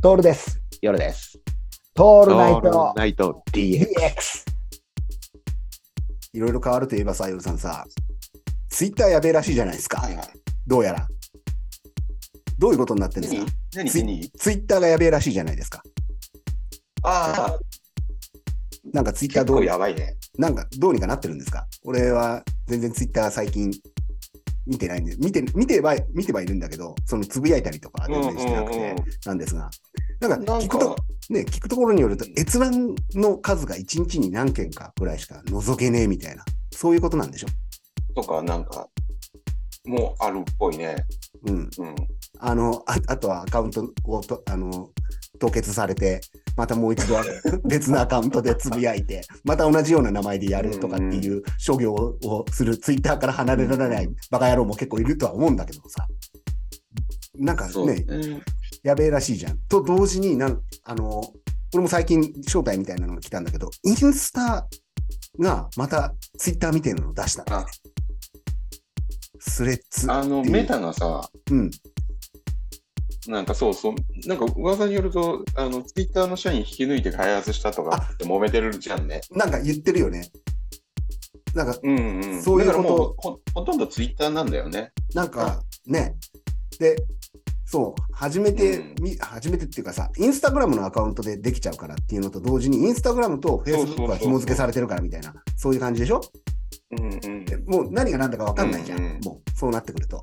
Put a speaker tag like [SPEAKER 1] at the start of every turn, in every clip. [SPEAKER 1] トールです。
[SPEAKER 2] 夜です。
[SPEAKER 1] ト
[SPEAKER 2] オ
[SPEAKER 1] ールナイト
[SPEAKER 2] ナイト DX。
[SPEAKER 1] DX。いろいろ変わるといえばさ、ヨルさんさ、ツイッターやべえらしいじゃないですか。
[SPEAKER 2] はいはい。
[SPEAKER 1] どうやら。どういうことになってるんです
[SPEAKER 2] 何
[SPEAKER 1] か
[SPEAKER 2] 何
[SPEAKER 1] つい
[SPEAKER 2] 何
[SPEAKER 1] ツイッターがやべえらしいじゃないですか。
[SPEAKER 2] ああ、
[SPEAKER 1] なんかツイッター
[SPEAKER 2] 結
[SPEAKER 1] ど
[SPEAKER 2] 構
[SPEAKER 1] う
[SPEAKER 2] やばいね。
[SPEAKER 1] なんかどうにかなってるんですか俺は全然ツイッター最近見てないんで、見て、見ては、見てはいるんだけど、そのつぶやいたりとかは全然してなくて、なんですが。なんか
[SPEAKER 2] な
[SPEAKER 1] 聞
[SPEAKER 2] ん
[SPEAKER 1] くと
[SPEAKER 2] か、、
[SPEAKER 1] ね、聞くところによると、閲覧の数が1日に何件かぐらいしか覗けねえみたいな、そういうことなんでしょ。
[SPEAKER 2] とか、なんか、もうあるっぽいね。
[SPEAKER 1] うん。
[SPEAKER 2] うん。
[SPEAKER 1] あの、ああとはアカウントをと、あの、凍結されて、またもう一度 別のアカウントでつぶやいて、また同じような名前でやるとかっていう諸行をする、ツイッターから離れられないバカ野郎も結構いるとは思うんだけどさ。なんか
[SPEAKER 2] そう
[SPEAKER 1] ね、
[SPEAKER 2] ね。
[SPEAKER 1] やべえらしいじゃん。と同時になん、あの、俺も最近招待みたいなのが来たんだけど、インスタがまたツイッターみたいなのを出したんだよね。スレッズ。
[SPEAKER 2] あの、
[SPEAKER 1] っていう
[SPEAKER 2] メタがさ、
[SPEAKER 1] うん。
[SPEAKER 2] なんかそうそう、なんか噂によると、あの、ツイッターの社員引き抜いて開発したとかって揉めてるじゃんね。
[SPEAKER 1] なんか言ってるよね。なんか、
[SPEAKER 2] うんうん。
[SPEAKER 1] そういうこと
[SPEAKER 2] だからもうほ、ほとんどツイッターなんだよね。
[SPEAKER 1] なんかね。で、そう、初めて、み初めてっていうかさ、インスタグラムのアカウントでできちゃうからっていうのと同時に、インスタグラムとフェイスブック
[SPEAKER 2] そうそうそ
[SPEAKER 1] は
[SPEAKER 2] う
[SPEAKER 1] 紐付けされてるからみたいな、そういう感じでしょ
[SPEAKER 2] うんうん。
[SPEAKER 1] でもう何が何だか分かんないじゃん。
[SPEAKER 2] うんうん
[SPEAKER 1] もう、そうなってくると。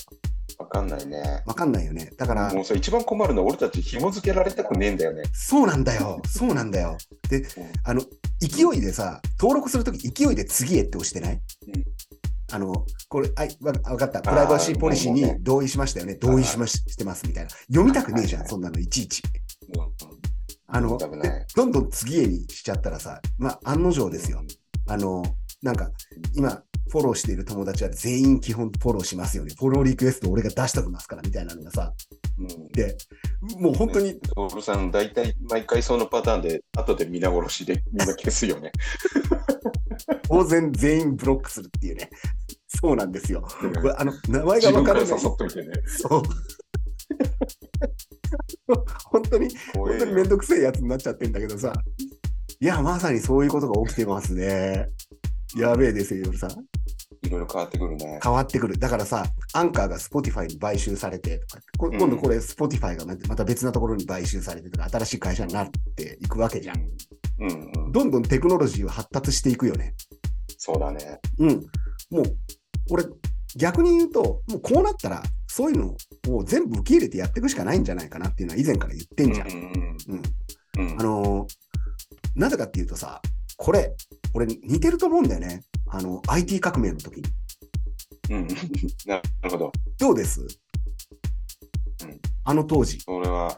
[SPEAKER 2] わかんないね。
[SPEAKER 1] 分かんないよね。だから、
[SPEAKER 2] もうさ、一番困るのは俺たち紐付けられたくねえんだよね。
[SPEAKER 1] そうなんだよ。そうなんだよ。で、あの、勢いでさ、登録するとき勢いで次へって押してない、
[SPEAKER 2] うん
[SPEAKER 1] あの、これ、はい、わわかった。プライバシーポリシー
[SPEAKER 2] もうね
[SPEAKER 1] に同意しましたよね。同意しまししてますみたいな。読みたくねえじゃん、そんなのいちいち。
[SPEAKER 2] うん
[SPEAKER 1] あの、
[SPEAKER 2] 危ない
[SPEAKER 1] どんどん次へにしちゃったらさ、まあ、案の定ですよ。。あの、なんか、今、フォローしている友達は全員基本フォローしますよね。フォローリクエスト俺が出しときますからみたいなのがさ、
[SPEAKER 2] うん
[SPEAKER 1] で、もう本当に、
[SPEAKER 2] トールさん、大体毎回そのパターンで、後で皆殺しでみんな消すよね。
[SPEAKER 1] 当然全員ブロックするっていうね。そうなんですよ。これあの名前が
[SPEAKER 2] 自
[SPEAKER 1] 分
[SPEAKER 2] 分
[SPEAKER 1] か
[SPEAKER 2] か
[SPEAKER 1] ら
[SPEAKER 2] ら誘
[SPEAKER 1] ない。
[SPEAKER 2] っといてね。
[SPEAKER 1] そう。 本当に、
[SPEAKER 2] 怖
[SPEAKER 1] 本
[SPEAKER 2] え
[SPEAKER 1] 当
[SPEAKER 2] よ
[SPEAKER 1] にめんどくせえやつになっちゃってんだけどさ。いや、まさにそういうことが起きてますね。やべえですよ、夜さん。
[SPEAKER 2] いろいろ変わってくるね。
[SPEAKER 1] 変わってくる。だからさ、アンカーが Spotify に買収されてとか、こ
[SPEAKER 2] うん
[SPEAKER 1] 今度これ Spotify がまたまた別なところに買収されてとか、新しい会社になっていくわけじゃん。
[SPEAKER 2] うんうん、
[SPEAKER 1] どんどんテクノロジーは発達していくよね。
[SPEAKER 2] そうだね。
[SPEAKER 1] うん。もう、俺、逆に言うと、もうこうなったら、そういうのを全部受け入れてやっていくしかないんじゃないかなっていうのは以前から言ってんじゃん。
[SPEAKER 2] うん
[SPEAKER 1] うん。
[SPEAKER 2] うんうん
[SPEAKER 1] あのーなぜかっていうとさ、これ、俺似てると思うんだよね。あの、IT 革命の時に。
[SPEAKER 2] うん、なるほど。
[SPEAKER 1] どうです、
[SPEAKER 2] うん
[SPEAKER 1] あの当時。
[SPEAKER 2] 俺は、